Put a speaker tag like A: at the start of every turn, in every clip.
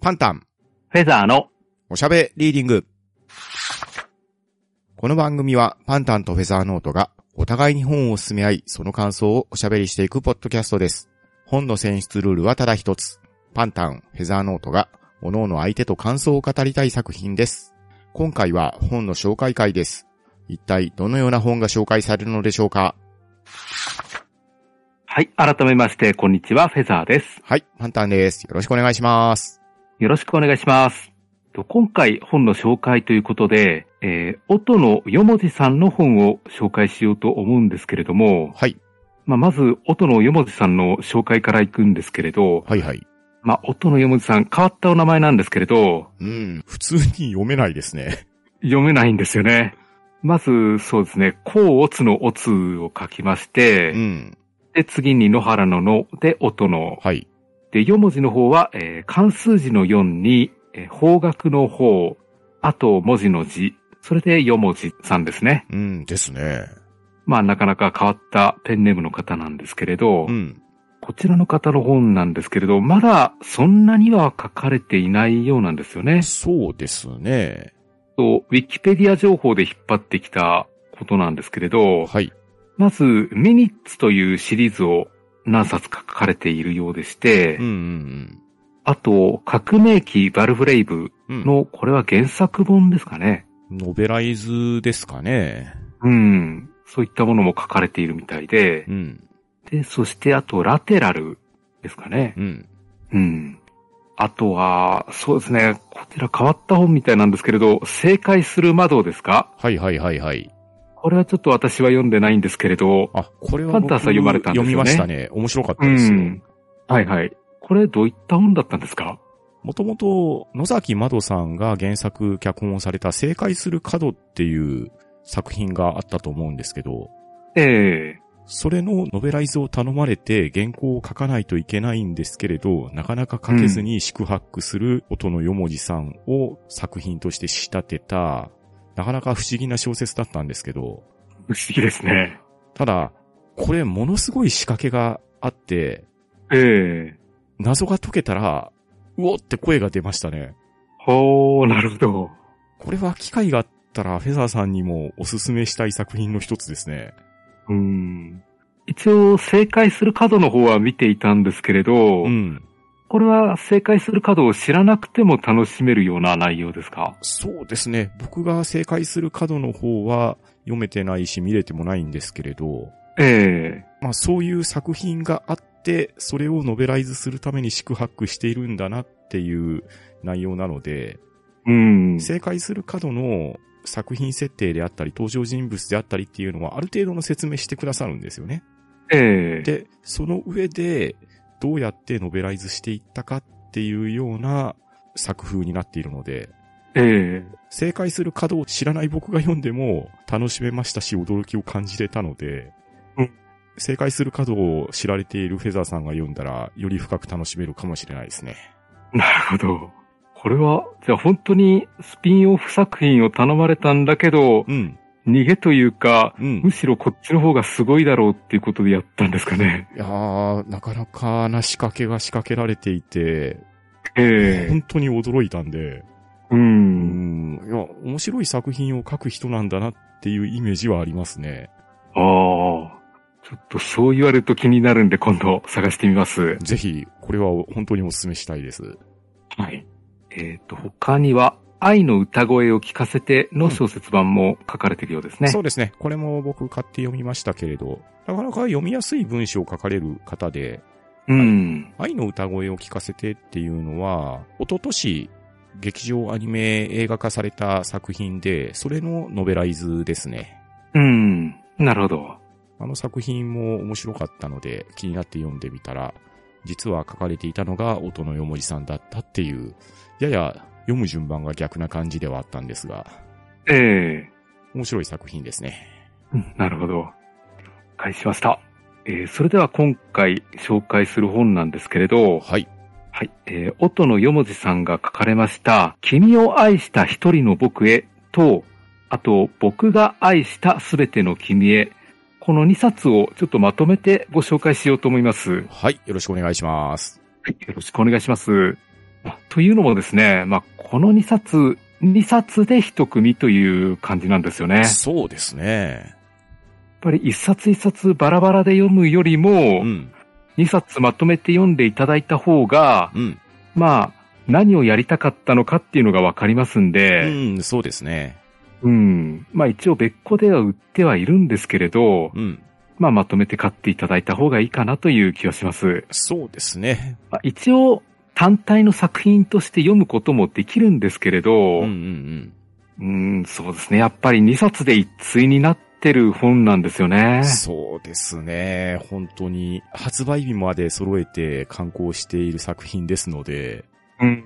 A: パンタン、
B: フェザーの。
A: おしゃべリーディング。この番組は、パンタンとフェザーノートが、お互いに本を進め合い、その感想をおしゃべりしていくポッドキャストです。本の選出ルールはただ一つ。パンタン、フェザーノートが、各々相手と感想を語りたい作品です。今回は本の紹介会です。一体どのような本が紹介されるのでしょうか
B: はい、改めまして、こんにちは、フェザーです。
A: はい、パンタンです。よろしくお願いします。
B: よろしくお願いします。と今回、本の紹介ということで、えー、音のよもじさんの本を紹介しようと思うんですけれども、
A: はい、
B: まあ、まず、音のよもじさんの紹介から行くんですけれど、
A: はいはい。
B: まあ、音のよもじさん、変わったお名前なんですけれど、
A: うん、普通に読めないですね。
B: 読めないんですよね。まず、そうですね、甲乙の乙を書きまし
A: う
B: て、
A: ん、
B: で、次に野原の野で音の
A: はい。
B: で、4文字の方は、えー漢数字の4に、えー方角の方、あと文字の字、それで4文字さんですね。
A: うん、ですね。
B: まあ、なかなか変わったペンネームの方なんですけれど、
A: うん。
B: こちらの方の本なんですけれど、まだそんなには書かれていないようなんですよね。
A: そうですね。
B: とウィキペディア情報で引っ張ってきたことなんですけれど、
A: はい。
B: まず、ミニッツというシリーズを何冊か書かれているようでして、
A: うんうん
B: あと、革命期バルフレイブ
A: うん。うん、
B: の、これは原作本ですかね。
A: ノベライズですかね。
B: うん。そういったものも書かれているみたいで
A: う、ん。
B: で、そしてあと、ラテラルですかね。
A: うん。
B: うん。あとは、そうですね、こちら変わった本みたいなんですけれど、正解する窓ですか
A: はいはいはいはい。
B: これはちょっと私は読んでないんですけれど、
A: あ、これは
B: パ
A: 僕
B: ンターさん読まれたんですよね
A: 読みましたね。面白かった
B: う
A: ですよ。
B: ん。はいはい。これどういった本だったんですか
A: もともと、野崎窓さんが原作脚本をされた正解する角っていう作品があったと思うんですけど、
B: ええ
A: それのノベライズを頼まれて原稿を書かないといけないんですけれど、なかなか書けずに宿泊する音のよもじさんを作品として仕立てた、なかなか不思議な小説だったんですけど、
B: 不思議ですね。
A: ただ、これものすごい仕掛けがあって、
B: ええ
A: 謎が解けたら、うおって声が出ましたね。
B: ほー、なるほど。
A: これは機会があったらフェザーさんにもおすすめしたい作品の一つですね。
B: うん一応、正解する角の方は見ていたんですけれど、
A: うん。
B: これは正解する角を知らなくても楽しめるような内容ですか
A: そうですね。僕が正解する角の方は読めてないし見れてもないんですけれど、
B: ええ
A: まあそういう作品があって、それをノベライズするために宿泊しているんだなっていう内容なので、
B: うん。
A: 正解する角の作品設定であったり、登場人物であったりっていうのはある程度の説明してくださるんですよね。
B: ええ
A: で、その上でどうやってノベライズしていったかっていうような作風になっているので、
B: え
A: 正解する角を知らない僕が読んでも楽しめましたし驚きを感じれたので、
B: うん
A: 正解する角を知られているフェザーさんが読んだらより深く楽しめるかもしれないですね。
B: えなるほど。これは、じゃあ本当にスピンオフ作品を頼まれたんだけど、
A: うん、
B: 逃げというか、
A: うん。
B: むしろこっちの方がすごいだろうっていうことでやったんですかね。
A: いやー、なかなかな仕掛けが仕掛けられていて、
B: ええ
A: 本当に驚いたんで、う
B: う。
A: んん、いや、面白い作品を書く人なんだなっていうイメージはありますね。
B: ああ。ちょっとそう言われると気になるんで今度探してみます。
A: ぜひ、これは本当にお勧めしたいです。
B: はい。えっ、と、他には、愛の歌声を聞かせての小説版も書かれているようですね。
A: そうですね。これも僕買って読みましたけれど、なかなか読みやすい文章を書かれる方で、
B: うん。
A: 愛の歌声を聞かせてっていうのは、一昨年劇場アニメ映画化された作品で、それのノベライズですね。
B: うん。なるほど。
A: あの作品も面白かったので、気になって読んでみたら、実は書かれていたのが音のよもじさんだったっていう、やや読む順番が逆な感じではあったんですが、
B: え
A: 面白い作品ですね。
B: えうんなるほど。理解しました。えーそれでは今回紹介する本なんですけれど、
A: はい。
B: はい。えー、音野よもじさんが書かれました、君を愛した一人の僕へと、あと、僕が愛したすべての君へ、この2冊をちょっとまとめてご紹介しようと思います。
A: はい。よろしくお願いします。
B: はいよろしくお願いします。まあというのもですね、まあ、この2冊、2冊で1組という感じなんですよね。やっ
A: そうですね。
B: ぱり1冊1冊バラバラで読むよりも
A: う、ん。
B: 2冊まとめて読んでいただいた方が、
A: うん。
B: まあ、何をやりたかったのかっていうのがわかりますん
A: う
B: で、
A: ん、そうですね。
B: うん。まあ一応別個では売ってはいるんですけれど、
A: うん。
B: まあまとめて買っていただいた方がいいかなという気はします。
A: そうですね。
B: まあ、一応、単体の作品として読むこともできるんですけれど、
A: うんう
B: うん、
A: うんん。
B: そうですね。やっぱり2冊で一対になってる本なんですよね。
A: そうですね。本当に、発売日まで揃えて刊行している作品ですので、
B: うん。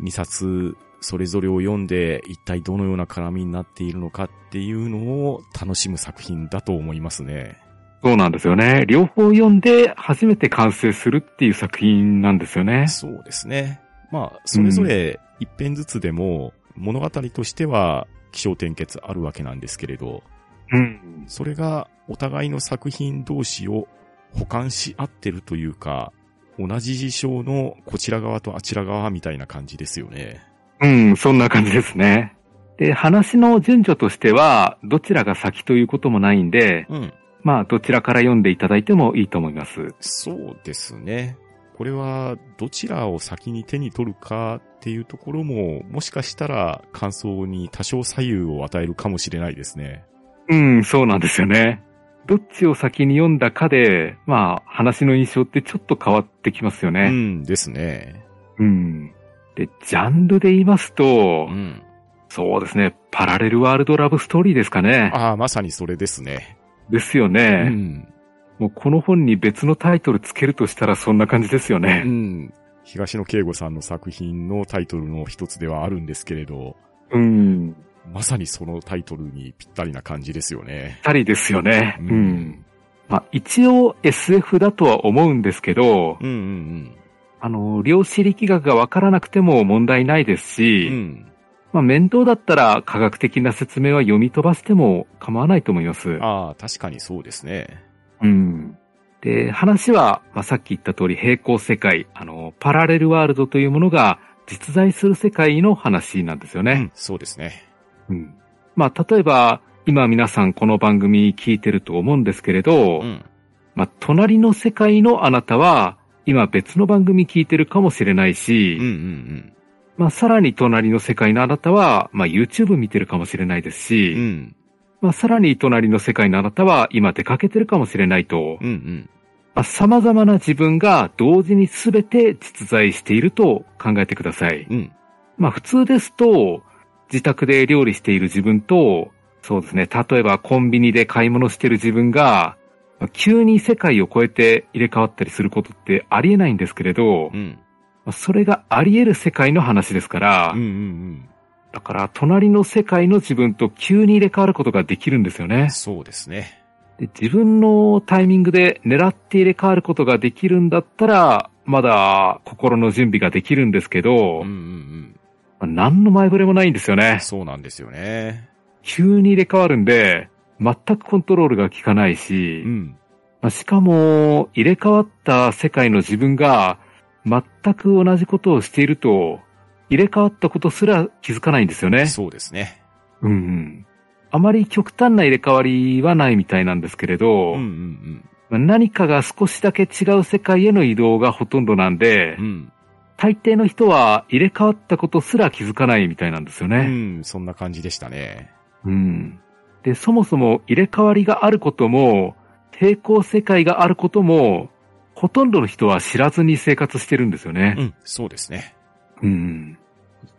A: 2冊それぞれを読んで、一体どのような絡みになっているのかっていうのを楽しむ作品だと思いますね。
B: そうなんですよね。両方読んで初めて完成するっていう作品なんですよね。
A: そうですね。まあ、それぞれ一編ずつでも、物語としては気象転結あるわけなんですけれど、
B: うん。
A: それがお互いの作品同士を補完し合ってるというか、同じ事象のこちら側とあちら側みたいな感じですよね。
B: うん、そんな感じですね。で、話の順序としては、どちらが先ということもないんで、
A: うん。
B: まあ、どちらから読んでいただいてもいいと思います。
A: そうですね。これはどちらを先に手に取るかっていうところも、もしかしたら感想に多少左右を与えるかもしれないですね。
B: うん、そうなんですよね。どっちを先に読んだかで、まあ、話の印象ってちょっと変わってきますよ
A: う
B: ね。
A: んですね。
B: うん。で、ジャンルで言いますと、
A: うん。
B: そうですね、パラレルワールドラブストーリーですかね。
A: ああ、まさにそれですね。
B: ですよ
A: う
B: ね。
A: ん。
B: もうこの本に別のタイトルつけるとしたらそんな感じですよ
A: う
B: ね。
A: ん。東野圭吾さんの作品のタイトルの一つではあるんですけれど、
B: うん。
A: まさにそのタイトルにぴったりな感じですよね。
B: たりですよね。
A: う
B: うん
A: ん。
B: まあ、一応 SF だとは思うんですけど、
A: うんうん
B: あの、量子力学がわからなくても問題ないです
A: うん。
B: し、
A: うん。
B: まあ、面倒だったら科学的な説明は読み飛ばしても構わないと思います。
A: ああ、確かにそうですね。
B: うん。で、話は、まあ、さっき言った通り平行世界、あの、パラレルワールドというものが実在する世界の話なんですよ
A: う
B: ね。
A: ん、そうですね。
B: うん。まあ、例えば、今皆さんこの番組聞いてると思うんですけれど、
A: うん。
B: まあ、隣の世界のあなたは、今別の番組聞いてるかもしれないし、
A: うんうんうん。
B: まあ、さらに隣の世界のあなたは、まあ、YouTube 見てるかもしれないですし、
A: うん。
B: まあ、さらに隣の世界のあなたは、今出かけてるかもしれないと、
A: うんうん。
B: まあ、様々な自分が同時に全て実在していると考えてください。
A: うん。
B: まあ、普通ですと、自宅で料理している自分と、そうですね、例えばコンビニで買い物している自分が、まあ急に世界を超えて入れ替わったりすることってありえないんですけれど
A: う、ん。
B: まあそれがあり得る世界の話ですから
A: うんうんう、ん。
B: だから隣の世界の自分と急に入れ替わることができるんですよね。
A: そうですね。
B: で自分のタイミングで狙って入れ替わることができるんだったら、まだ心の準備ができるんですけど、
A: うんう
B: ま
A: んうん。
B: あ何の前触れもないんですよね。
A: そうなんですよね。
B: 急に入れ替わるんで、全くコントロールが効かないうし、
A: ん。
B: まあしかも入れ替わった世界の自分が全く同じことをしていると、入れ替わったことすら気づかないんですよね。
A: そうですね。
B: うんうん。あまり極端な入れ替わりはないみたいなんですけれ
A: う
B: ど、
A: んうん
B: まあ何かが少しだけ違う世界への移動がほとんどなんで
A: うん。う、ん。
B: 大抵の人は入れ替わったことすら気づかないみたいなんですよね。
A: うん、そんな感じでしたね。
B: うん。で、そもそも入れ替わりがあることも、平行世界があることも、ほとんどの人は知らずに生活してるんですよ
A: う
B: ね。
A: ん、そうですね。
B: うん。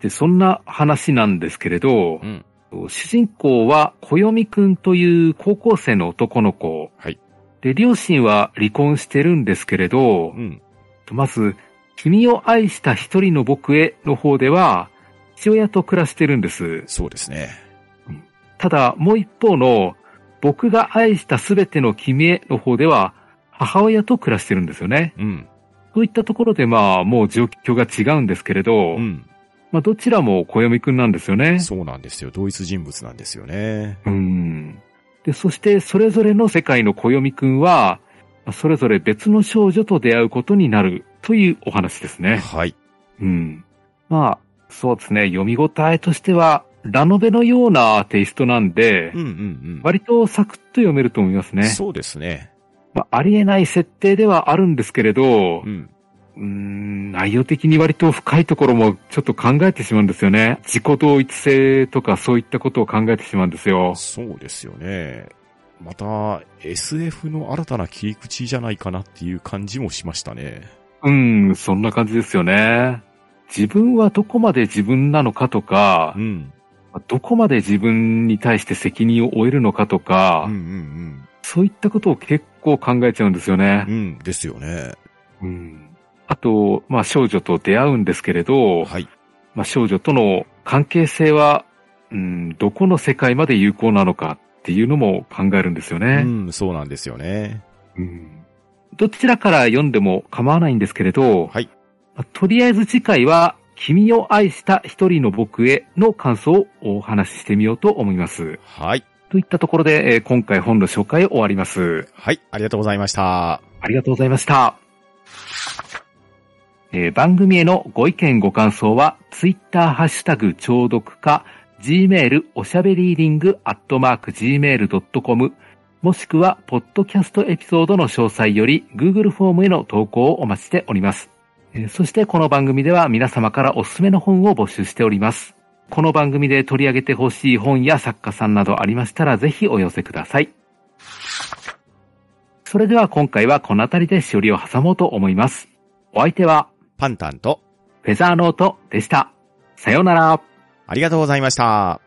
B: で、そんな話なんですけれど
A: う、ん。
B: 主人公は、小読みくんという高校生の男の子。
A: はい。
B: で、両親は離婚してるんですけれど、
A: うん。
B: まず、君を愛した一人の僕への方では、父親と暮らしてるんです。
A: そうですね。
B: ただ、もう一方の、僕が愛したすべての君への方では、母親と暮らしてるんですよね。
A: うん。
B: そういったところで、まあ、もう状況が違うんですけれど、
A: うん。
B: まあ、どちらも小読くんなんですよね。
A: そうなんですよ。同一人物なんですよね。
B: うん。で、そして、それぞれの世界の小読くんは、まあそれぞれ別の少女と出会うことになるというお話ですね。
A: はい。
B: うん。まあ、そうですね。読み応えとしては、ラノベのようなテイストなんで、
A: うんうん
B: 割とサクッと読めると思います
A: うん。
B: ね。
A: そうですね。
B: まあ、ありえない設定ではあるんですけれど、
A: うん。
B: うーん内容的に割と深いところもちょっと考えてしまうんですよね。自己同一性とかそういったことを考えてしまうんですよ。
A: そうですよね。また、SF の新たな切り口じゃないかなっていう感じもしましたね。
B: うん、そんな感じですよね。自分はどこまで自分なのかとか
A: う、ん。
B: どこまで自分に対して責任を負えるのかとか、
A: うんうん
B: そういったことを結構考えちゃうんですよ
A: うん。う
B: ね。
A: ん、ですよね。
B: うん、あと、まあ少女と出会うんですけれど、
A: はい。
B: まあ、少女との関係性は、うん、どこの世界まで有効なのかっていうのも考えるんですよ
A: う
B: ね。
A: ん、そうなんですよね。
B: うんどちらから読んでも構わないんですけれど、
A: はい
B: まあとりあえず次回は、君を愛した一人の僕への感想をお話ししてみようと思います。
A: はい。
B: といったところで、えー今回本の紹介を終わります。
A: はい、ありがとうございました。
B: ありがとうございました。えー番組へのご意見ご感想は、ツイッターハッシュタグ、聴読か、gmail、おしゃべりーディング、アットマーク、gmail.com、もしくは、ポッドキャストエピソードの詳細より、Google フォームへの投稿をお待ちしております。えーそして、この番組では皆様からおすすめの本を募集しております。この番組で取り上げてほしい本や作家さんなどありましたら、ぜひお寄せください。それでは今回はこの辺りでしおりを挟もうと思います。お相手は、
A: パンタンと、
B: フェザーノートでした。さようなら。
A: ありがとうございました。